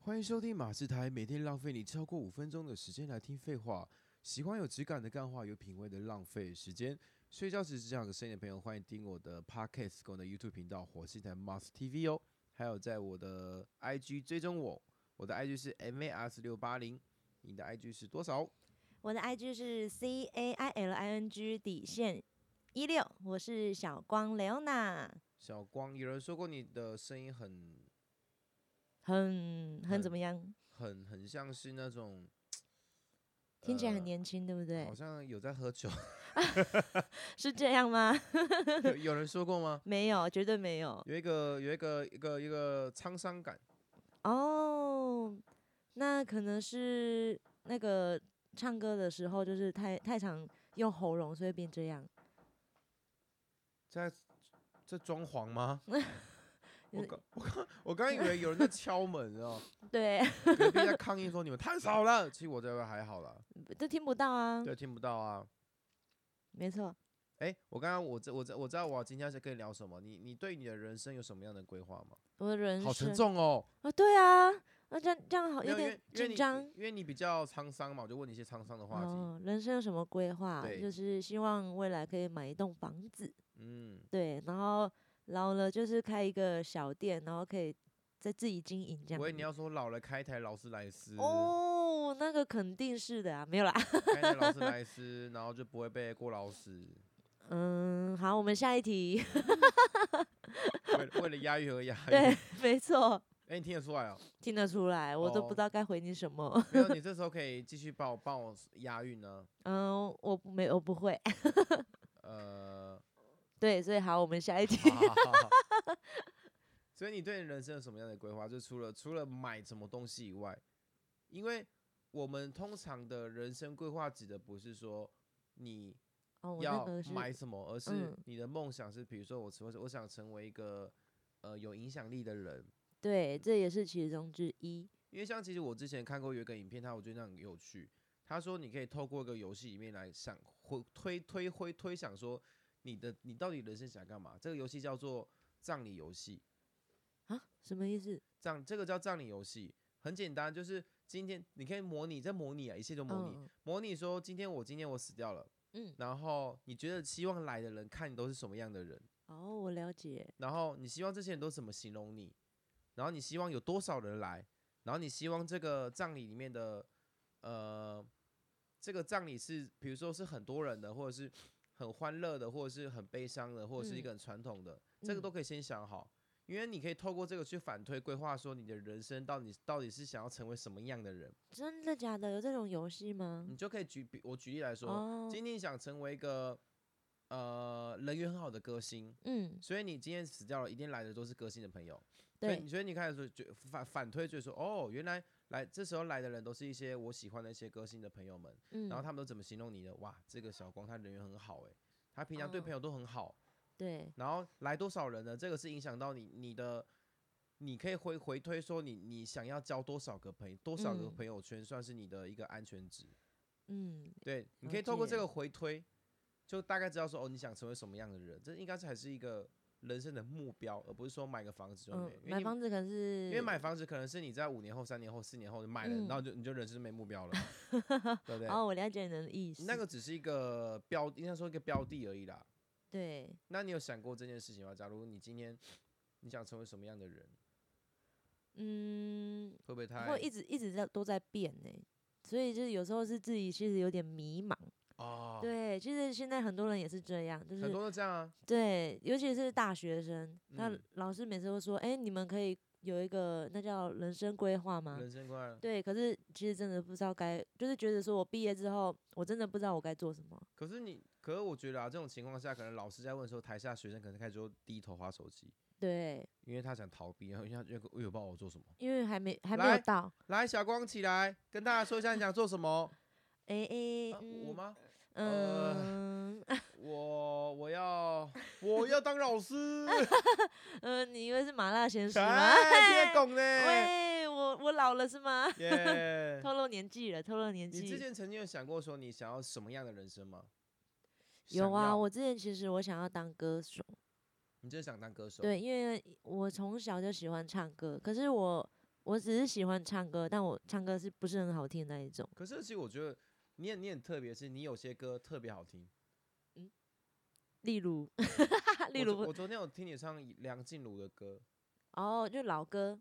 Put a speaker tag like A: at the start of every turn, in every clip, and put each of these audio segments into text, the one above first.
A: 欢迎收听马氏台，每天浪费你超过五分钟的时间来听废话。喜欢有质感的干话，有品味的浪费时间。睡觉时只想个声音的朋友，欢迎订我的 Podcast 跟我的 YouTube 频道火星台 Mars TV 哦，还有在我的 IG 追踪我，我的 IG 是 MAS 六八零，你的 IG 是多少？
B: 我的 IG 是 C A I L I N G 底线一六，我是小光 Leona，
A: 小光，有人说过你的声音很
B: 很
A: 很
B: 很怎么样？
A: 很很像是那种，
B: 听起来
A: 呃
B: 很年轻，对不对
A: 好？像有在喝酒，
B: 是这样吗？
A: 有有人说过吗？
B: 没有，绝对没有
A: 有一个有一个一个一个沧桑感。
B: 哦。那可能是那个唱歌的时候，就是太太常用喉咙，所以变这样。
A: 在在装潢 吗？我
B: 是
A: 刚我刚我刚以为有人在敲门，啊你知道吗？
B: 对，
A: 隔壁在抗议说你们太吵了。其实我这边还好啦，
B: 都听不到啊。
A: 对，听不到啊。
B: 没错，
A: 哎、我刚刚我这我这我知道我今天是跟你聊什么。你你对你的人生有什么样的规划吗？
B: 我的人
A: 好沉
B: 生
A: 重哦，
B: 啊，对啊，那这样这样好
A: 没
B: 有
A: 有因
B: 点
A: 为因为
B: 紧
A: 你
B: 张。
A: 因为你比较沧桑嘛，我就问你一些沧桑的话题。
B: 哦，人生有什么规划？
A: 对
B: 就是希望未来可以买一栋房子，
A: 嗯，
B: 对，然后然后呢，就是开一个小店，然后可以再自己经营这样
A: 我以为
B: 子。
A: 你要说老了开一台劳斯莱斯，
B: 哦，那个肯定是的啊，没有啦。
A: 开一台劳斯莱斯，然后就不会被过劳死。
B: 嗯，好，我们下一题。
A: 为了为了押韵而押韵。
B: 对，没错，
A: 哎、你听得出来哦？
B: 听得出来，我都不
A: 哦
B: 知道该回你什么。
A: 没有，你这时候可以继续帮我帮我押韵呢、
B: 嗯，我不没我不会。
A: 呃，
B: 对，所以好，我们下一题。
A: 好好好好 所以你对人生有什么样的规划？就除了除了买什么东西以外，因为我们通常的人生规划指的不是说你
B: 哦，我那
A: 要
B: 个是
A: 买什么，而是
B: 嗯
A: 你的梦想是，比如说我我我想成为一个呃有影响力的人。
B: 对，这也是其中之一。
A: 因为像其实我之前看过有一个影片，它我觉得那很有趣。他说你可以透过一个游戏里面来想或推推推推想说你的你到底人生想干嘛？这个游戏叫做葬礼游戏，
B: 啊，什么意思？
A: 葬这个叫葬礼游戏，很简单，就是今天你可以模拟，这模拟啊，一切都模拟，
B: 嗯
A: 模拟说今天我今天我死掉了，
B: 嗯，
A: 然后你觉得希望来的人看你都是什么样的人，
B: 哦，我了解。
A: 然后你希望这些人都怎么形容你，然后你希望有多少人来，然后你希望这个葬礼里面的呃，这个葬礼是比如说是很多人的，或者是很欢乐的，或者是很悲伤的，或者是一个很传统的，这个
B: 嗯
A: 都可以先想好，因为你可以透过这个去反推规划，说你的人生到底到底是想要成为什么样的人，
B: 真的假的？有这种游戏吗
A: 你？就可以举比我举例来说，
B: 哦，
A: 今天你想成为一个呃人缘很好的歌星，
B: 嗯，
A: 所以你今天死掉了，一定来的都是歌星的朋友。所以
B: 对
A: 你，所以你开始觉反反推，就说哦，原来来这时候来的人都是一些我喜欢的一些歌星的朋友们，
B: 嗯，
A: 然后他们都怎么形容你的？哇，这个小光他人缘很好诶、他平
B: 哦
A: 常对朋友都很好，
B: 对，
A: 然后来多少人呢？这个是影响到你你的，你可以回回推说你你想要交多少个朋多少个
B: 嗯
A: 朋友圈，算是你的一个安全值。
B: 嗯，
A: 对，你
B: 了
A: 可以透过这
B: 解
A: 个回推，就大概知道说哦，你想成为什么样的人，这应该才是一个人生的目标，而不是说买个房子就没
B: 嗯
A: 有。，因为你
B: 买房子可能是
A: 因为买房子可能是你在五年后、三年后、四年后买了，
B: 嗯
A: 然后就你就人生没目标了， 对不对？
B: 哦，我了解你的意思。
A: 那个只是一个标，应该说一个标的而已啦。
B: 对，
A: 那你有想过这件事情吗？假如你今天你想成为什么样的人，
B: 嗯，
A: 会不会太
B: 会一直一直在都在变呢、所以就是有时候是自己其实有点迷茫。
A: 哦？，
B: 对，其实现在很多人也是这样，就
A: 很
B: 是
A: 多都这样啊。
B: 对，尤其是大学生，那
A: 嗯
B: 老师每次都说，哎、你们可以有一个那叫人生规划吗？
A: 人生观啊，
B: 对，可是其实真的不知道该，就是觉得说我毕业之后，我真的不知道我该做什么。
A: 可是你，可是我觉得啊，这种情况下，可能老师在问的时候，台下学生可能开始就低头划手机，
B: 对，
A: 因为他想逃避，然后因为他因为我也不知道我做什么。
B: 因为还没还没有
A: 来
B: 到。
A: 来，小光起来，跟大家说一下你想做什么。
B: 哎哎、
A: 啊我
B: 嗯
A: 吗？
B: 嗯、 呃、
A: 我我要我要当老 师，
B: 呃你以为是麻辣鲜师吗？
A: 哎，听得懂呢，
B: 喂，我我老了是 吗？
A: 耶！
B: 透露年纪了，透露年
A: 你之
B: 纪。
A: 前曾经有想过说你想要什么样的人生吗？
B: 有
A: 想
B: 啊，
A: 要
B: 我之前其实我想要当歌手，
A: 你真的想当歌手？，
B: 对，因为我从小就喜欢唱歌，可是我我只是喜欢唱歌，但我唱歌是不是很好听的那一种？
A: 可是其实我觉得你也你很特别，是你有些歌特别好听。
B: 例如， 例
A: 我昨
B: 如
A: 我昨天有听你唱梁静茹的歌，
B: 哦，就老歌，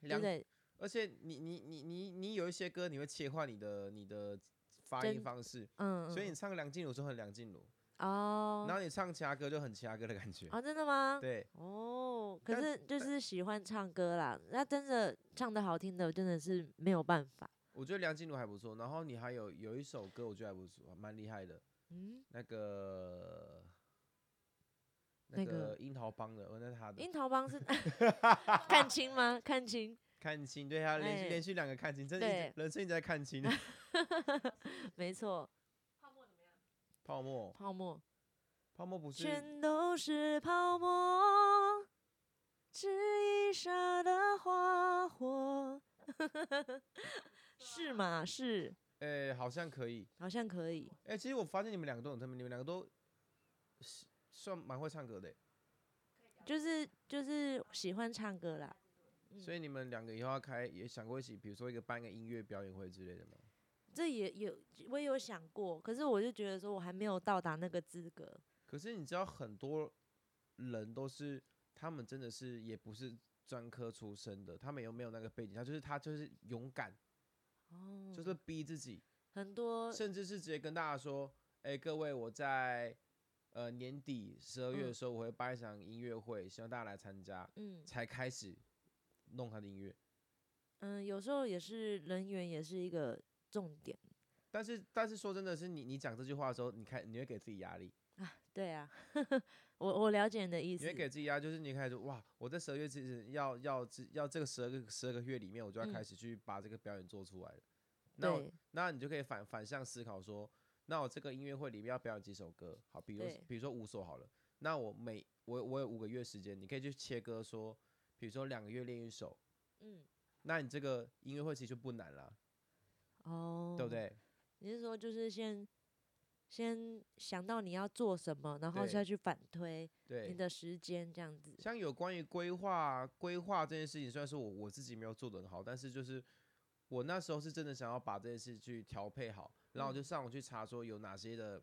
B: 对
A: 梁
B: 不对？
A: 而且你你你你你有一些歌，你会切换你的你的发
B: 真
A: 音方式，
B: 嗯，
A: 所以你
B: 嗯
A: 唱梁静茹的时候很梁静茹，
B: 哦，
A: 然后你唱其他歌就很其他歌的感觉。
B: 啊，真的吗？
A: 对，
B: 哦，可
A: 但
B: 是就是喜欢唱歌啦，那真的唱的好听的，真的是没有办法。
A: 我觉得梁静茹还不错。然后你还有有一首歌，我觉得还不错，蛮厉害的，
B: 嗯，
A: 那个
B: 那
A: 那
B: 个
A: 个樱桃帮的，我哦那是他的
B: 樱 桃帮是看清吗？看清，
A: 看清，对他连续
B: 哎
A: 连续两个看清，真的一直人生一直在看 清
B: 没错，
A: 泡沫，
B: 泡沫，
A: 泡沫不是
B: 全都是泡沫，只一刹的花火， 是吗？是，
A: 哎、好像可以。
B: 好像可以。
A: 哎、其实我发现你们两个都很特别，你们两个都是算蛮会唱歌的欸、
B: 就是就是喜欢唱歌啦，嗯
A: 所以你们两个以后要开也想过一起，比如说一个办一个音乐表演会之类的吗？
B: 这也有我也有想过，可是我就觉得说我还没有到达那个资格。
A: 可是你知道很多人都是他们真的是也不是专科出身的，他们又没有那个背景，他就是他就是勇敢，
B: 哦，
A: 就是逼自己，
B: 很多
A: 甚至是直接跟大家说：“哎、各位，我在呃年底十二月的
B: 嗯
A: 时候，我会办一场音乐会，希望大家来参加。”
B: 嗯
A: 才开始弄他的音乐。
B: 嗯，有时候也是人员也是一个重点
A: 但是，但是说真的是你，你讲这句话的时候，你看你会给自己压力，
B: 啊。对啊， 我我了解你的意
A: 你
B: 思
A: 会。给自己压力，就是你开始说哇，我在十二月之前要要之要这个十二个十二个月里面，我就要开
B: 嗯
A: 始去把这个表演做出来了。那我
B: 对，
A: 那你就可以反反向思考说，那我这个音乐会里面要表演几首歌？好，比如
B: 对
A: 比如说五首好了，那我每我我有五个月时间，你可以去切割说，比如说两个月练一首，
B: 嗯，
A: 那你这个音乐会其实就不难了，
B: 哦，
A: 对不？对？
B: 你是说就是先先想到你要做什么，然后
A: 对
B: 再去反推
A: 对，
B: 你的时间这样子。
A: 像有关于规划规划这件事情，虽然说我我自己没有做得很好，但是就是我那时候是真的想要把这件事去调配好，然后
B: 嗯
A: 我就上网去查说有哪些的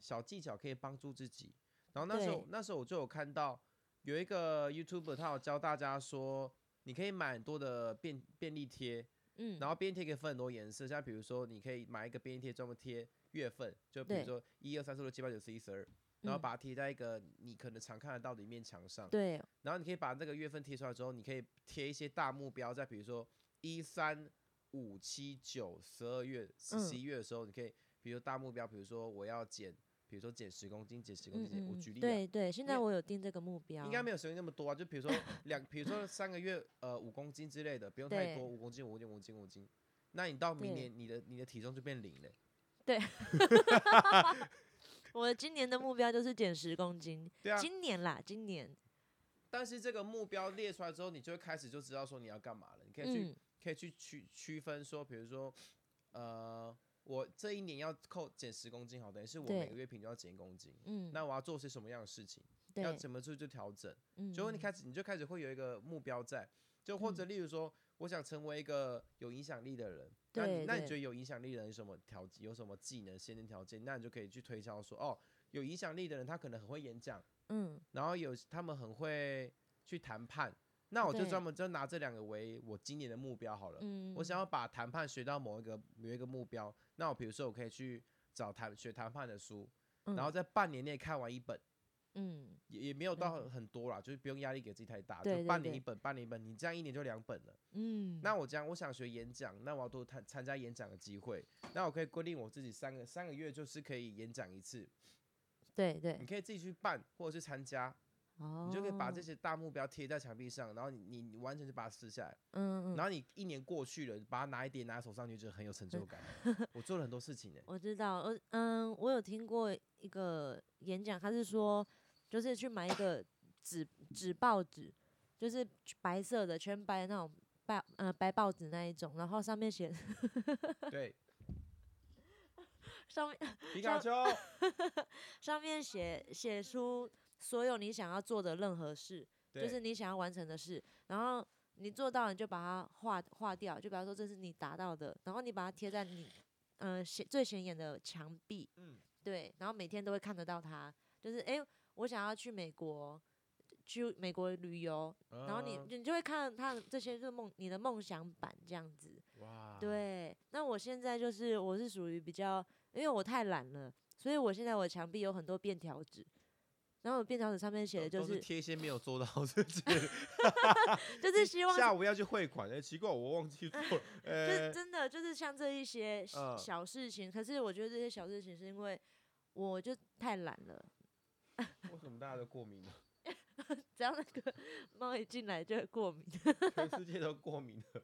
A: 小技巧可以帮助自己。然后那时候
B: 对
A: 那时候我就有看到有一个 YouTuber 他有教大家说，你可以买很多的便便利贴，
B: 嗯，
A: 然后便利贴可以分很多颜色，像比如说你可以买一个便利贴专门贴月份，就比如
B: 对
A: 说一二三四五六七八九十一十二，然后
B: 嗯
A: 把它贴在一个你可能常看得到的一面墙上。
B: 对，
A: 然后你可以把这个月份贴出来之后，你可以贴一些大目标，在比如说一三五七九十二月十
B: 嗯
A: 十一月的时候，你可以比如说大目标，比如说我要减，比如说减十公斤，减十公
B: 嗯
A: 斤，减我
B: 嗯
A: 举，例、啊。
B: 对对，现
A: 因
B: 在
A: 为
B: 我有定这个目标，
A: 应该没有时间那么多啊，就比 如说两，比如说三个月，呃，五公斤之类的，不用太
B: 对
A: 多，五公斤，五公斤，五公斤，五公斤。那你到明
B: 对
A: 年，你的你的体重就变零了。
B: 我今年的目标就是减十公斤，
A: 对啊，
B: 今年啦，今年，
A: 但是这个目标列出来之后，你就会开始就知道说你要干嘛了。你可以去
B: 嗯，
A: 可以去区区分说，比如说，呃，我这一年要扣减十公斤，好，等于是我每
B: 对
A: 个月平均要减一公斤。
B: 嗯，
A: 那我要做些什么样的事情？要
B: 对，
A: 怎么做就调整？
B: 嗯，
A: 结果你
B: 嗯
A: 开始你就开始会有一个目标在，就或者例如说，我想成为一个有影响力的人。那你
B: 对
A: 那你
B: 对
A: 觉得有影响力的人有什么条有什么技能先天条件？那你就可以去推敲说，哦，有影响力的人他可能很会演讲，
B: 嗯，
A: 然后有他们很会去谈判。那我就
B: 对
A: 专门就拿这两个为我今年的目标好了。
B: 嗯，
A: 我想要把谈判学到某一个某一个目标，那我比如说我可以去找谈学谈判的书，
B: 嗯，
A: 然后在半年内看完一本，
B: 嗯，
A: 也也没有到
B: 了
A: 很很多啦，就是不用压力给自己太大，
B: 对
A: 就
B: 对
A: 半年一
B: 对
A: 本，半年一本，你这样一年就两本了。
B: 嗯，
A: 那我这样，我想学演讲，那我要多参参加演讲的机会，那我可以规定我自己三个三个月就是可以演讲一次，
B: 对对
A: 你，可以自己去办或者是参加，
B: 哦，
A: 你就可以把这些大目标贴在墙壁上，然后你你你完全就把它撕下来。
B: 嗯，嗯
A: 然
B: 嗯，
A: 后你一年过去了，把它拿一叠拿在手上，你就觉得很有成就 感。
B: 嗯
A: 我做了很多事情呢、
B: 我知道，我嗯，我有听过一个演讲，他是说，就是去买一个纸纸报纸，就是白色的全白的那种白呃白报纸那一种，然后上面写
A: 对，
B: 上面
A: 皮卡丘，
B: 上面写写出所有你想要做的任何事，就
A: 对，
B: 是你想要完成的事，然后你做到了你就把它划划掉，就比方说这是你达到的，然后你把它贴在你呃显最显眼的墙壁，
A: 嗯
B: 对，然后每天都会看得到它。就是诶，我想要去美国，去美国旅游，
A: 嗯
B: 然后你你就会看它的这些就是梦你的梦想版这样子。
A: 哇，，
B: 对，那我现在就是我是属于比较，因为我太懒了，所以我现在我的墙壁有很多便条纸，然后我便条纸上面写的就
A: 都
B: 是
A: 贴一些没有做到自己的
B: 就是 希望
A: 下
B: 是
A: 午要去汇款，哎、奇怪，我忘记做 了，
B: 就
A: 呃、
B: 是真的就是像这一些小
A: 嗯
B: 小事情，可是我觉得这些小事情是因为我就太懒了，
A: 为什么大家都过敏呢？
B: 只要那个 猫一进来就会过敏。
A: 全世界都过 敏了。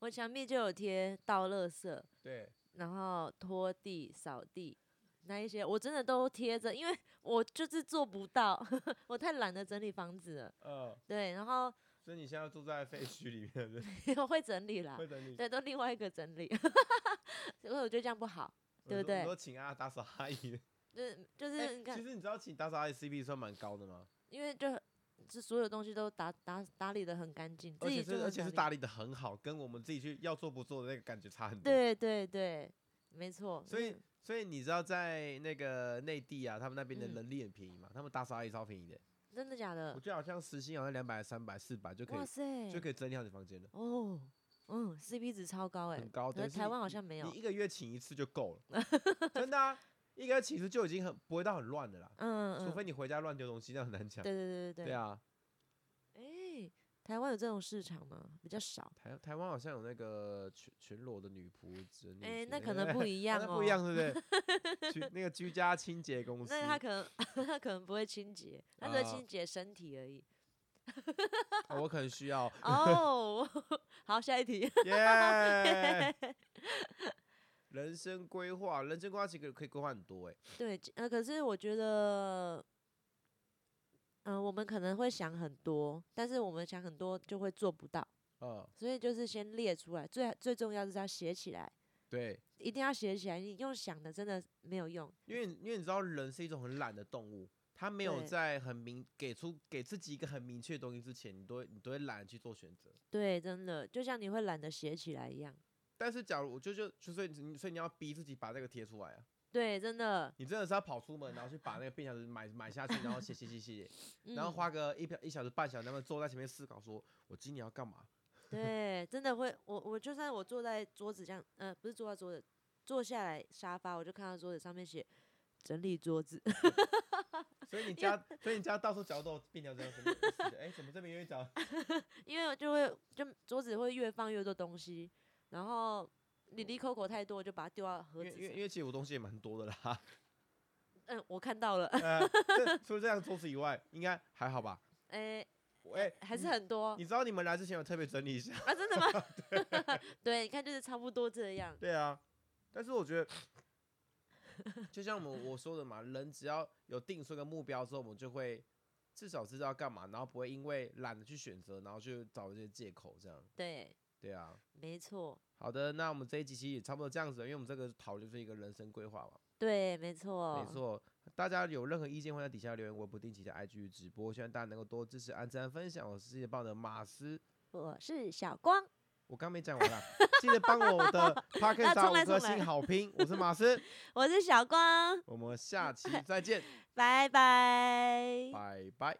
B: 我墙壁就有贴倒垃圾，
A: 对，
B: 然后拖地、扫地那一些，我真的都贴着，因为我就是做不到， 我太懒得整理房子了。
A: 呃，
B: 对，然后
A: 所以你现在住在废墟里面，对
B: 我会整理啦，
A: 会等你，
B: 啊对，都另外一个整理， 所以我觉得这样不好，
A: 我
B: 对不
A: 说我
B: 对
A: 说请啊打扫阿姨。
B: 就是就
A: 哎
B: 是你看
A: 其，实你知道请打扫阿姨 CP 算蛮高的吗？
B: 因为就这所有东西都打打打理的很干净，
A: 而
B: 自己
A: 且
B: 就是很
A: 而且是
B: 打
A: 打
B: 理，
A: 理的很好，跟我们自己去要做不做的那个感觉差很多。，
B: 对对对，没错，
A: 所以
B: 嗯
A: 所以你知道在那个内地啊，他们那边的
B: 嗯
A: 人力很便宜嘛，他们打扫阿姨超便宜的，
B: 真的假
A: 我
B: 的？
A: 觉得好像时薪好像两百、三百、四百就可
B: 哇
A: 以
B: 塞，
A: 就可以整理好你房间了，
B: 哦，嗯，CP 值超高哎、
A: 很高。
B: 可
A: 等于
B: 是
A: 是
B: 台
A: 你
B: 湾好像没有
A: 你，一个月请一次就够 了，真的、啊，一个月请一次就已经很不会到很乱的啦，
B: 嗯嗯，
A: 除非你回家乱丢东西，那很难讲。
B: 对对对对
A: 对，啊，
B: 哎、台湾有这种市场吗？比较少，
A: 台台湾好像有那个全全裸的女仆之类的，
B: 哎、那可能不一
A: 一
B: 样
A: 那
B: 哦，
A: 不一样，对不 对？去那个居家清洁公司，
B: 那他可能 他可能不会清洁，他只会
A: 啊
B: 清洁身体而已。
A: 哦我可能需 要
B: 哦，好，下一题。
A: 耶。人生规划，人生规划其实可以规划很多哎、
B: 对，呃，可是我觉得，嗯、我们可能会想很多，但是我们想很多就会做不到，
A: 嗯，
B: 所以就是先列出来，最最重要就是要写起来，
A: 对，
B: 一定要写起来。你用想的真的没有用。
A: 因为因为你知道人是一种很懒的动物，他没有
B: 对
A: 在很明给出给自己一个很明确的东西之前，你都会你都会懒得去做选择。
B: 对，真的，就像你会懒得写起来一样。
A: 但是假如我就就就所以你所以你要逼自己把这个贴出来啊，
B: 对，真的，
A: 你真的是要跑出门，然后去把那个便条纸买 买下去，然后写写写写，
B: 嗯、
A: 然后花个一一小时半小时，那么坐在前面思考说，我今年要干嘛？
B: 对，真的会，我我就算我坐在桌子这样，呃，不是坐在桌子，坐下来沙发，我就看到桌子上面写整理桌子，
A: 所以你家所以你家到处角落都有便条纸，什么意 思的？哎，怎么这边有一角？
B: 因为我就会就桌子会越放越多东西，然后里里口口太多，我就把它丢到
A: 嗯因
B: 盒
A: 为
B: 子
A: 因为
B: 上
A: 因。为其实我东西也蛮多的啦，
B: 嗯，我看到了，
A: 呃，这除了这样桌子以外，应该还好吧？
B: 哎、
A: 哎，
B: 还是
A: 你
B: 很多
A: 你知道你们来之前有特别整理一下，
B: 啊，真的吗？ 对，你看就是差不多这样。
A: 对啊，但是我觉得，就像我们我说的嘛，人只要有定出一个目标之后，我们就会至少知道干嘛，然后不会因为懒得去选择，然后就找一些借口这样。
B: 对，
A: 对啊，
B: 没错，
A: 好的，那我们这一集其实也差不多这样子了，因为我们这个讨论是一个人生规划嘛，
B: 对，没错，
A: 没。错。大家有任何意见，欢迎在底下留言。我不定期的 IG 直播，希望大家能够多支持、按赞、分享。我是世界棒的马斯，
B: 我是小光，
A: 我刚没讲完啦，记得帮 我的 p o c k e
B: 啊
A: t 打
B: 重来
A: 五颗
B: 重来
A: 星好评。我是马斯，
B: 我是小光，
A: 我们下期再见，
B: 拜拜。
A: 拜拜。